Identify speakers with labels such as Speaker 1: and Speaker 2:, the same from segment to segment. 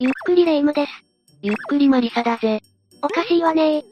Speaker 1: ゆっくりレ夢ムです。
Speaker 2: ゆっくりマリサだぜ。
Speaker 1: おかしいわねー。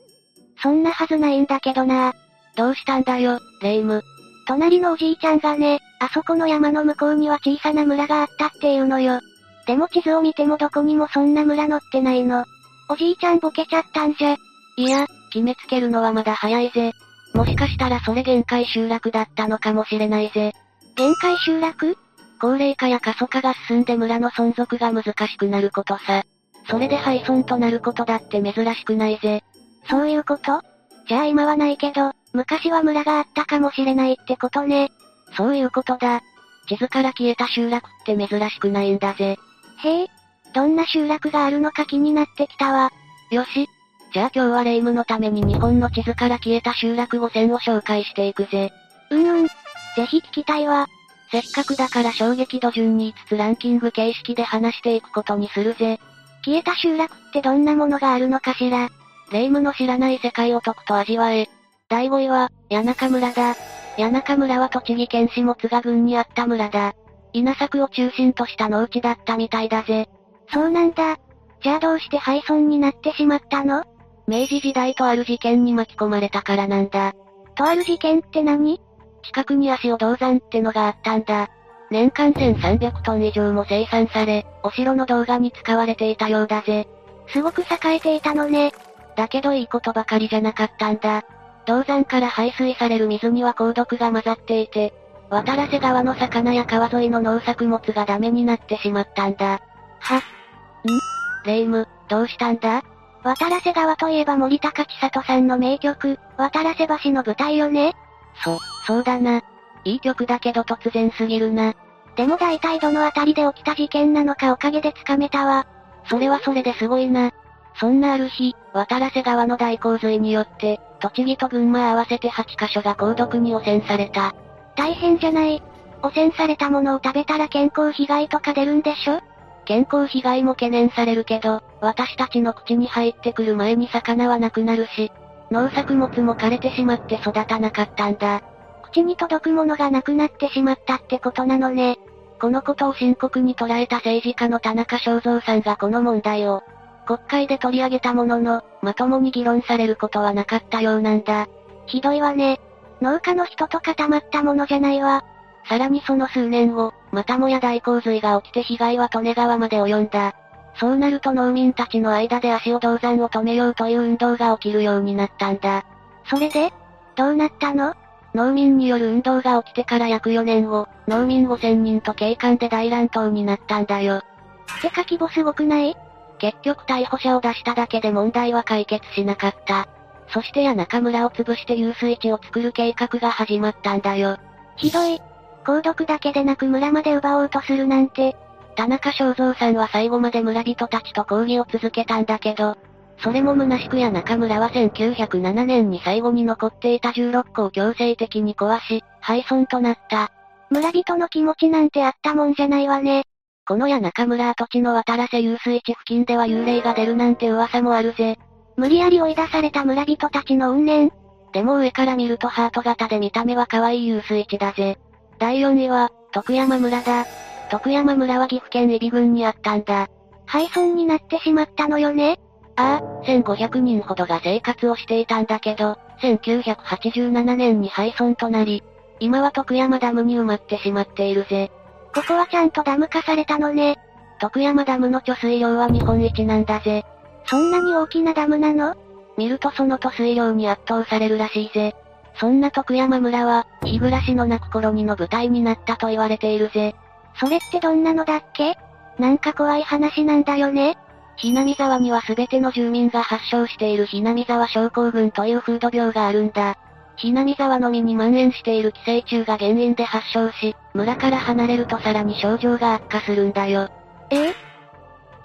Speaker 1: そんなはずないんだけどなー。
Speaker 2: どうしたんだよ、レ夢ム。
Speaker 1: 隣のおじいちゃんがね、あそこの山の向こうには小さな村があったっていうのよ。でも地図を見てもどこにもそんな村載ってないの。おじいちゃんボケちゃったんじゃ。
Speaker 2: いや、決めつけるのはまだ早いぜ。もしかしたらそれ限界集落だったのかもしれないぜ。
Speaker 1: 限界集落
Speaker 2: 高齢化や過疎化が進んで村の存続が難しくなることさ。それで廃村となることだって珍しくないぜ。
Speaker 1: そういうことじゃあ今はないけど、昔は村があったかもしれないってことね。
Speaker 2: そういうことだ。地図から消えた集落って珍しくないんだぜ。
Speaker 1: へえ。どんな集落があるのか気になってきたわ。
Speaker 2: よし。じゃあ今日はレ夢ムのために日本の地図から消えた集落5選を紹介していくぜ。
Speaker 1: うんうん。ぜひ聞きたいわ。
Speaker 2: せっかくだから衝撃度順に5つランキング形式で話していくことにするぜ。
Speaker 1: 消えた集落ってどんなものがあるのかしら。
Speaker 2: 霊夢の知らない世界を解くと味わえ。第5位は、谷中村だ。谷中村は栃木県下津賀郡にあった村だ。稲作を中心とした農地だったみたいだぜ。
Speaker 1: そうなんだ。じゃあどうして廃村になってしまったの
Speaker 2: 明治時代とある事件に巻き込まれたからなんだ。
Speaker 1: とある事件って何
Speaker 2: 近くに足尾銅山ってのがあったんだ。年間1300トン以上も生産され、お城の動画に使われていたようだぜ。
Speaker 1: すごく栄えていたのね。
Speaker 2: だけどいいことばかりじゃなかったんだ。銅山から排水される水には鉱毒が混ざっていて、渡良瀬川の魚や川沿いの農作物がダメになってしまったんだ。
Speaker 1: は、ん
Speaker 2: レイム、どうしたんだ
Speaker 1: 渡良瀬川といえば森高千里さんの名曲、渡良瀬橋の舞台よね。
Speaker 2: そ、そうだな。いい曲だけど突然すぎるな。
Speaker 1: でも大体どのあたりで起きた事件なのかおかげでつかめたわ。
Speaker 2: それはそれですごいな。そんなある日、渡良瀬川の大洪水によって、栃木と群馬合わせて8カ所が鉱毒に汚染された。
Speaker 1: 大変じゃない。汚染されたものを食べたら健康被害とか出るんでしょ
Speaker 2: 健康被害も懸念されるけど、私たちの口に入ってくる前に魚はなくなるし、農作物も枯れてしまって育たなかったんだ。
Speaker 1: 口に届くものがなくなってしまったってことなのね。
Speaker 2: このことを深刻に捉えた政治家の田中正造さんがこの問題を、国会で取り上げたものの、まともに議論されることはなかったようなんだ。
Speaker 1: ひどいわね。農家の人と固まったものじゃないわ。
Speaker 2: さらにその数年後、またもや大洪水が起きて被害は利根川まで及んだ。そうなると農民たちの間で足を銅山を止めようという運動が起きるようになったんだ。
Speaker 1: それでどうなったの
Speaker 2: 農民による運動が起きてから約4年後、農民5000人と警官で大乱闘になったんだよ。
Speaker 1: てか規模すごくない
Speaker 2: 結局逮捕者を出しただけで問題は解決しなかった。そして谷中村を潰して遊水地を作る計画が始まったんだよ。
Speaker 1: ひどい。鉱毒だけでなく村まで奪おうとするなんて、
Speaker 2: 田中正造さんは最後まで村人たちと抗議を続けたんだけど、それも虚しくや中村は1907年に最後に残っていた16個を強制的に壊し、廃村となった。
Speaker 1: 村人の気持ちなんてあったもんじゃないわね。
Speaker 2: この谷中村跡地の渡良瀬遊水地付近では幽霊が出るなんて噂もあるぜ。
Speaker 1: 無理やり追い出された村人たちの怨念。
Speaker 2: でも上から見るとハート型で見た目は可愛い遊水地だぜ。第4位は、徳山村だ。徳山村は岐阜県揖斐郡にあったんだ。
Speaker 1: 廃村になってしまったのよね。
Speaker 2: ああ、1500人ほどが生活をしていたんだけど、1987年に廃村となり、今は徳山ダムに埋まってしまっているぜ。
Speaker 1: ここはちゃんとダム化されたのね。
Speaker 2: 徳山ダムの貯水量は日本一なんだぜ。
Speaker 1: そんなに大きなダムなの
Speaker 2: 見るとその塗水量に圧倒されるらしいぜ。そんな徳山村は、日暮らしの泣く頃にの舞台になったと言われているぜ。
Speaker 1: それってどんなのだっけなんか怖い話なんだよね。
Speaker 2: ひなみ沢には全ての住民が発症しているひなみ沢症候群という風土病があるんだ。ひなみ沢のみに蔓延している寄生虫が原因で発症し、村から離れるとさらに症状が悪化するんだよ。
Speaker 1: ええ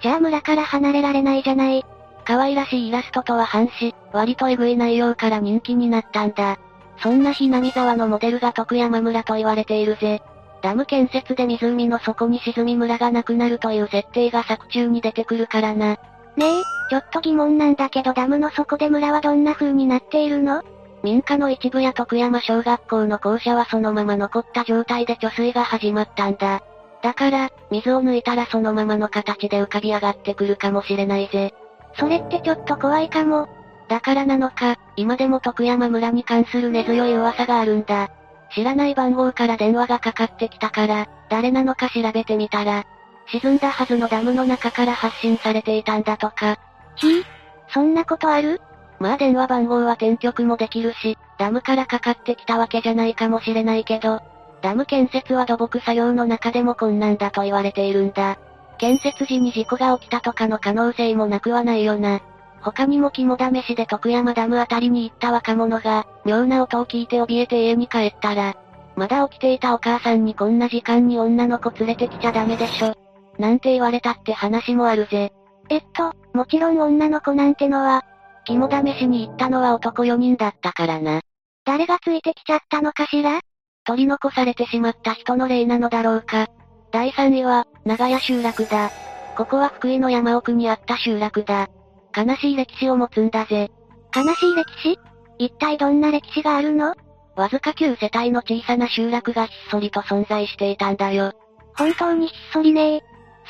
Speaker 1: じゃあ村から離れられないじゃない。
Speaker 2: 可愛らしいイラストとは反し、割とエグい内容から人気になったんだ。そんなひなみ沢のモデルが徳山村と言われているぜ。ダム建設で湖の底に沈み村がなくなるという設定が作中に出てくるからな。
Speaker 1: ねえ、ちょっと疑問なんだけどダムの底で村はどんな風になっているの
Speaker 2: 民家の一部や徳山小学校の校舎はそのまま残った状態で貯水が始まったんだ。だから、水を抜いたらそのままの形で浮かび上がってくるかもしれないぜ。
Speaker 1: それってちょっと怖いかも。
Speaker 2: だからなのか、今でも徳山村に関する根強い噂があるんだ。知らない番号から電話がかかってきたから、誰なのか調べてみたら、沈んだはずのダムの中から発信されていたんだとか。
Speaker 1: ひぃそんなことある
Speaker 2: まあ電話番号は転局もできるし、ダムからかかってきたわけじゃないかもしれないけど、ダム建設は土木作業の中でも困難だと言われているんだ。建設時に事故が起きたとかの可能性もなくはないよな。他にも肝試しで徳山ダムあたりに行った若者が、妙な音を聞いて怯えて家に帰ったら、まだ起きていたお母さんにこんな時間に女の子連れてきちゃダメでしょ。なんて言われたって話もあるぜ。
Speaker 1: えっと、もちろん女の子なんてのは、
Speaker 2: 肝試しに行ったのは男4人だったからな。
Speaker 1: 誰がついてきちゃったのかしら
Speaker 2: 取り残されてしまった人の例なのだろうか。第3位は、長屋集落だ。ここは福井の山奥にあった集落だ。悲しい歴史を持つんだぜ。
Speaker 1: 悲しい歴史一体どんな歴史があるの
Speaker 2: わずか9世帯の小さな集落がひっそりと存在していたんだよ。
Speaker 1: 本当にひっそりねえ。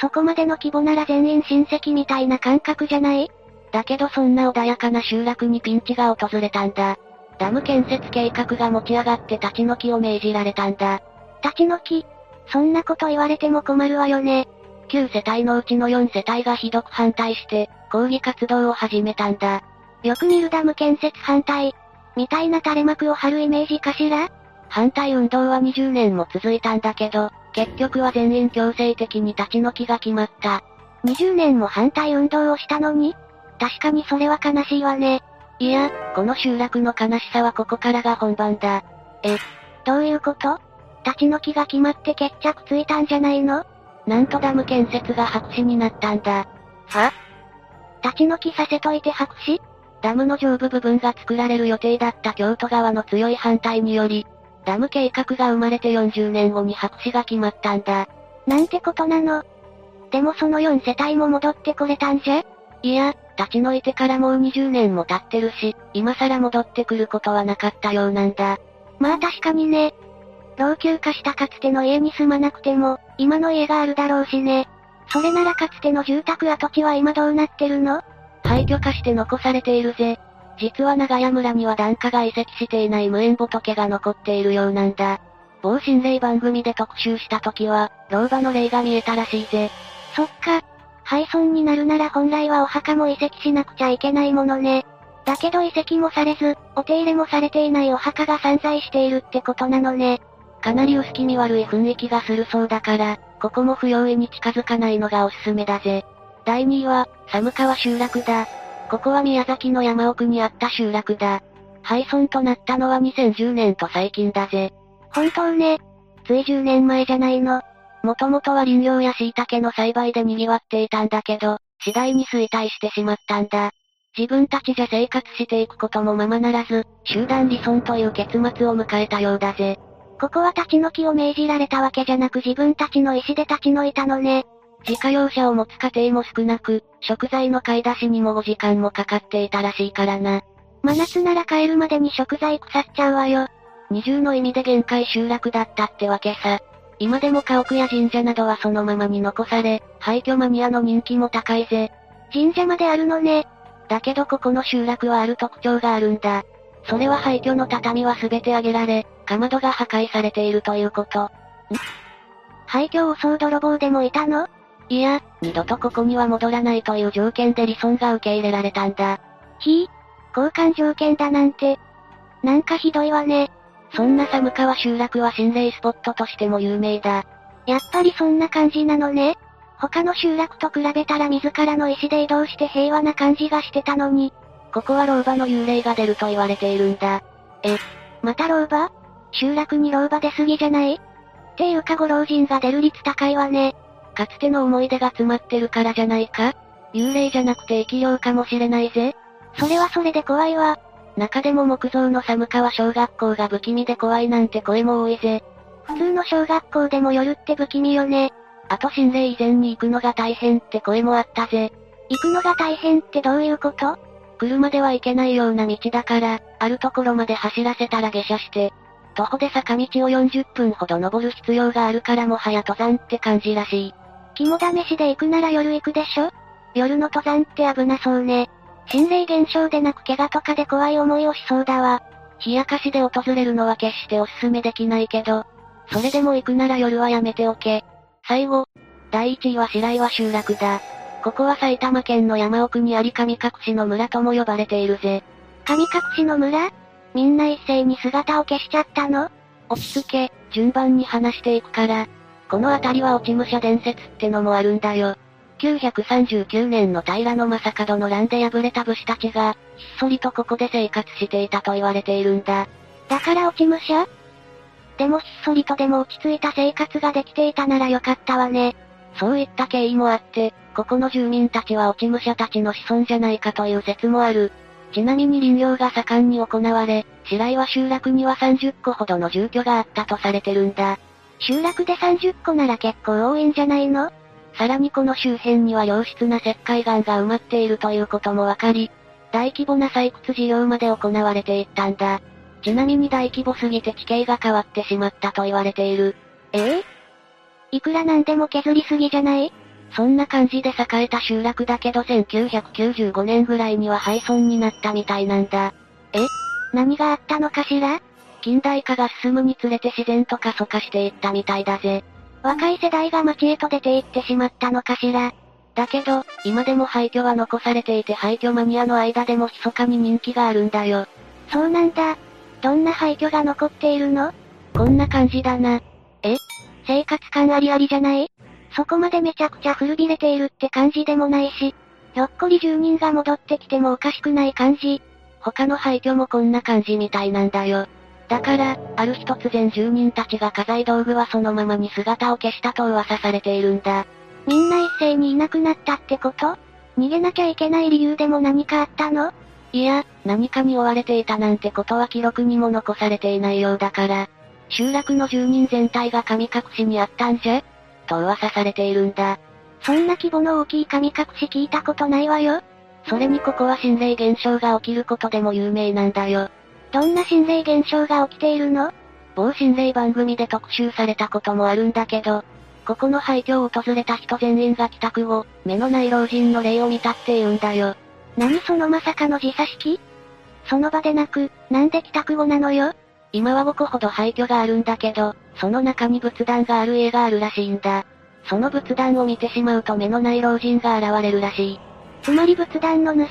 Speaker 1: そこまでの規模なら全員親戚みたいな感覚じゃない
Speaker 2: だけどそんな穏やかな集落にピンチが訪れたんだ。ダム建設計画が持ち上がって立ち退きを命じられたんだ。
Speaker 1: 立ち退きそんなこと言われても困るわよね。
Speaker 2: 9世帯のうちの4世帯がひどく反対して、抗議活動を始めたんだ。
Speaker 1: よく見るダム建設反対。みたいな垂れ幕を張るイメージかしら
Speaker 2: 反対運動は20年も続いたんだけど、結局は全員強制的に立ち退きが決まった。
Speaker 1: 20年も反対運動をしたのに確かにそれは悲しいわね。
Speaker 2: いや、この集落の悲しさはここからが本番だ。
Speaker 1: え、どういうこと立ち退きが決まって決着ついたんじゃないの
Speaker 2: なんとダム建設が白紙になったんだ。
Speaker 1: は立ち退きさせといて白紙
Speaker 2: ダムの上部部分が作られる予定だった京都側の強い反対により、ダム計画が生まれて40年後に白紙が決まったんだ。
Speaker 1: なんてことなの。でもその4世帯も戻ってこれたんじゃ
Speaker 2: いや、立ち退いてからもう20年も経ってるし、今更戻ってくることはなかったようなんだ。
Speaker 1: まあ確かにね。老朽化したかつての家に住まなくても、今の家があるだろうしね。それならかつての住宅跡地は今どうなってるの
Speaker 2: 廃墟化して残されているぜ。実は長屋村には檀家が移籍していない無縁仏が残っているようなんだ。某心霊番組で特集した時は、老婆の霊が見えたらしいぜ。
Speaker 1: そっか。廃村になるなら本来はお墓も移籍しなくちゃいけないものね。だけど移籍もされず、お手入れもされていないお墓が散在しているってことなのね。
Speaker 2: かなり薄気味悪い雰囲気がするそうだから、ここも不用意に近づかないのがおすすめだぜ。第2位は、寒川集落だ。ここは宮崎の山奥にあった集落だ。廃村となったのは2010年と最近だぜ。
Speaker 1: 本当ね。つい10年前じゃないの。
Speaker 2: もともとは林業や椎茸の栽培で賑わっていたんだけど、次第に衰退してしまったんだ。自分たちじゃ生活していくこともままならず、集団離村という結末を迎えたようだぜ。
Speaker 1: ここは立ち退きを命じられたわけじゃなく自分たちの意思で立ち退いたのね。
Speaker 2: 自家用車を持つ家庭も少なく、食材の買い出しにも5時間もかかっていたらしいからな。
Speaker 1: 真夏なら帰るまでに食材腐っちゃうわよ。
Speaker 2: 二重の意味で限界集落だったってわけさ。今でも家屋や神社などはそのままに残され、廃墟マニアの人気も高いぜ。
Speaker 1: 神社まであるのね。
Speaker 2: だけどここの集落はある特徴があるんだ。それは廃墟の畳は全て上げられ、かまどが破壊されているということ。
Speaker 1: 廃墟を襲う泥棒でもいたの
Speaker 2: いや、二度とここには戻らないという条件で理想が受け入れられたんだ。
Speaker 1: ひぃ、交換条件だなんて。なんかひどいわね。
Speaker 2: そんな寒川集落は心霊スポットとしても有名だ。
Speaker 1: やっぱりそんな感じなのね。他の集落と比べたら自らの意思で移動して平和な感じがしてたのに。
Speaker 2: ここは老婆の幽霊が出ると言われているんだ。
Speaker 1: え、また老婆集落に老婆出すぎじゃないっていうかご老人が出る率高いわね。
Speaker 2: かつての思い出が詰まってるからじゃないか幽霊じゃなくて生き量かもしれないぜ。
Speaker 1: それはそれで怖いわ。
Speaker 2: 中でも木造の寒川小学校が不気味で怖いなんて声も多いぜ。
Speaker 1: 普通の小学校でも夜って不気味よね。
Speaker 2: あと心霊以前に行くのが大変って声もあったぜ。
Speaker 1: 行くのが大変ってどういうこと
Speaker 2: 車では行けないような道だから、あるところまで走らせたら下車して、徒歩で坂道を40分ほど登る必要があるからもはや登山って感じらしい。
Speaker 1: 肝試しで行くなら夜行くでしょ夜の登山って危なそうね。心霊現象でなく怪我とかで怖い思いをしそうだわ。
Speaker 2: 冷やかしで訪れるのは決しておすすめできないけど、それでも行くなら夜はやめておけ。最後、第1位は白岩集落だ。ここは埼玉県の山奥にあり神隠しの村とも呼ばれているぜ。
Speaker 1: 神隠しの村みんな一斉に姿を消しちゃったの
Speaker 2: 落ち着け、順番に話していくから。この辺りは落ち武者伝説ってのもあるんだよ。939年の平野正門の乱で敗れた武士たちが、ひっそりとここで生活していたと言われているんだ。
Speaker 1: だから落ち武者でもひっそりとでも落ち着いた生活ができていたならよかったわね。
Speaker 2: そういった経緯もあって、ここの住民たちは落ち武者たちの子孫じゃないかという説もある。ちなみに林業が盛んに行われ、白岩集落には30個ほどの住居があったとされてるんだ。
Speaker 1: 集落で30個なら結構多いんじゃないの
Speaker 2: さらにこの周辺には良質な石灰岩が埋まっているということもわかり、大規模な採掘事業まで行われていったんだ。ちなみに大規模すぎて地形が変わってしまったと言われている。
Speaker 1: ええいくらなんでも削りすぎじゃない
Speaker 2: そんな感じで栄えた集落だけど1995年ぐらいには廃村になったみたいなんだ。
Speaker 1: 何があったのかしら
Speaker 2: 近代化が進むにつれて自然と過疎化していったみたいだぜ。
Speaker 1: 若い世代が街へと出て行ってしまったのかしら
Speaker 2: だけど、今でも廃墟は残されていて廃墟マニアの間でも密かに人気があるんだよ。
Speaker 1: そうなんだ。どんな廃墟が残っているの
Speaker 2: こんな感じだな。
Speaker 1: 生活感ありありじゃないそこまでめちゃくちゃ古びれているって感じでもないし、ひょっこり住人が戻ってきてもおかしくない感じ。
Speaker 2: 他の廃墟もこんな感じみたいなんだよ。だから、ある日突然住人たちが家財道具はそのままに姿を消したと噂されているんだ。
Speaker 1: みんな一斉にいなくなったってこと逃げなきゃいけない理由でも何かあったの
Speaker 2: いや、何かに追われていたなんてことは記録にも残されていないようだから、集落の住人全体が神隠しにあったんじゃと噂されているんだ。
Speaker 1: そんな規模の大きい神隠し聞いたことないわよ。
Speaker 2: それにここは心霊現象が起きることでも有名なんだよ。
Speaker 1: どんな心霊現象が起きているの
Speaker 2: 某心霊番組で特集されたこともあるんだけど、ここの廃墟を訪れた人全員が帰宅後、目のない老人の霊を見たって言うんだよ。
Speaker 1: 何そのまさかの自殺式その場でなく、なんで帰宅後なのよ
Speaker 2: 今は5個ほど廃墟があるんだけど、その中に仏壇がある家があるらしいんだ。その仏壇を見てしまうと目のない老人が現れるらしい。
Speaker 1: つまり仏壇の主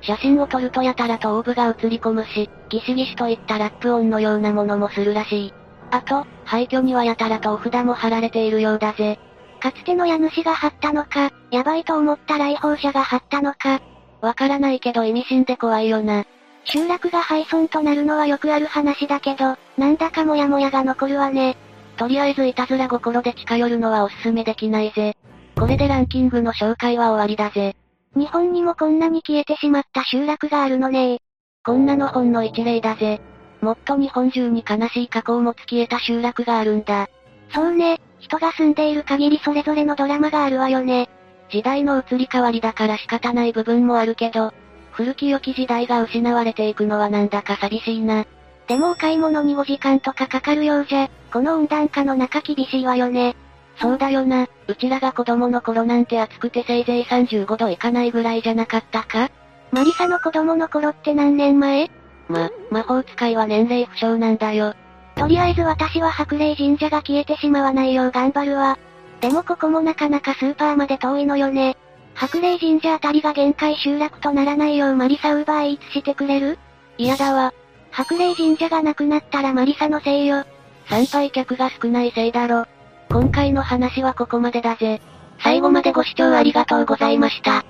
Speaker 2: 写真を撮るとやたらとオーブが映り込むし、ギシギシといったラップ音のようなものもするらしい。あと、廃墟にはやたらとお札も貼られているようだぜ。
Speaker 1: かつての家主が貼ったのか、やばいと思った来訪者が貼ったのか、
Speaker 2: わからないけど意味深で怖いよな。
Speaker 1: 集落が廃村となるのはよくある話だけど、なんだかモヤモヤが残るわね。
Speaker 2: とりあえずいたずら心で近寄るのはおすすめできないぜ。これでランキングの紹介は終わりだぜ。
Speaker 1: 日本にもこんなに消えてしまった集落があるのね
Speaker 2: こんなのほんの一例だぜ。もっと日本中に悲しい過去を持つ消えた集落があるんだ。
Speaker 1: そうね、人が住んでいる限りそれぞれのドラマがあるわよね。
Speaker 2: 時代の移り変わりだから仕方ない部分もあるけど、古き良き時代が失われていくのはなんだか寂しいな。
Speaker 1: でもお買い物に5時間とかかかるようじゃ、この温暖化の中厳しいわよね。
Speaker 2: そうだよな、うちらが子供の頃なんて暑くてせいぜい35度いかないぐらいじゃなかったか
Speaker 1: マリサの子供の頃って何年前
Speaker 2: ま、魔法使いは年齢不詳なんだよ。
Speaker 1: とりあえず私は白霊神社が消えてしまわないよう頑張るわ。でもここもなかなかスーパーまで遠いのよね。白霊神社あたりが限界集落とならないようマリサウーバーイーツしてくれる
Speaker 2: 嫌だわ。
Speaker 1: 白霊神社がなくなったらマリサのせいよ。
Speaker 2: 参拝客が少ないせいだろ。今回の話はここまでだぜ。最後までご視聴ありがとうございました。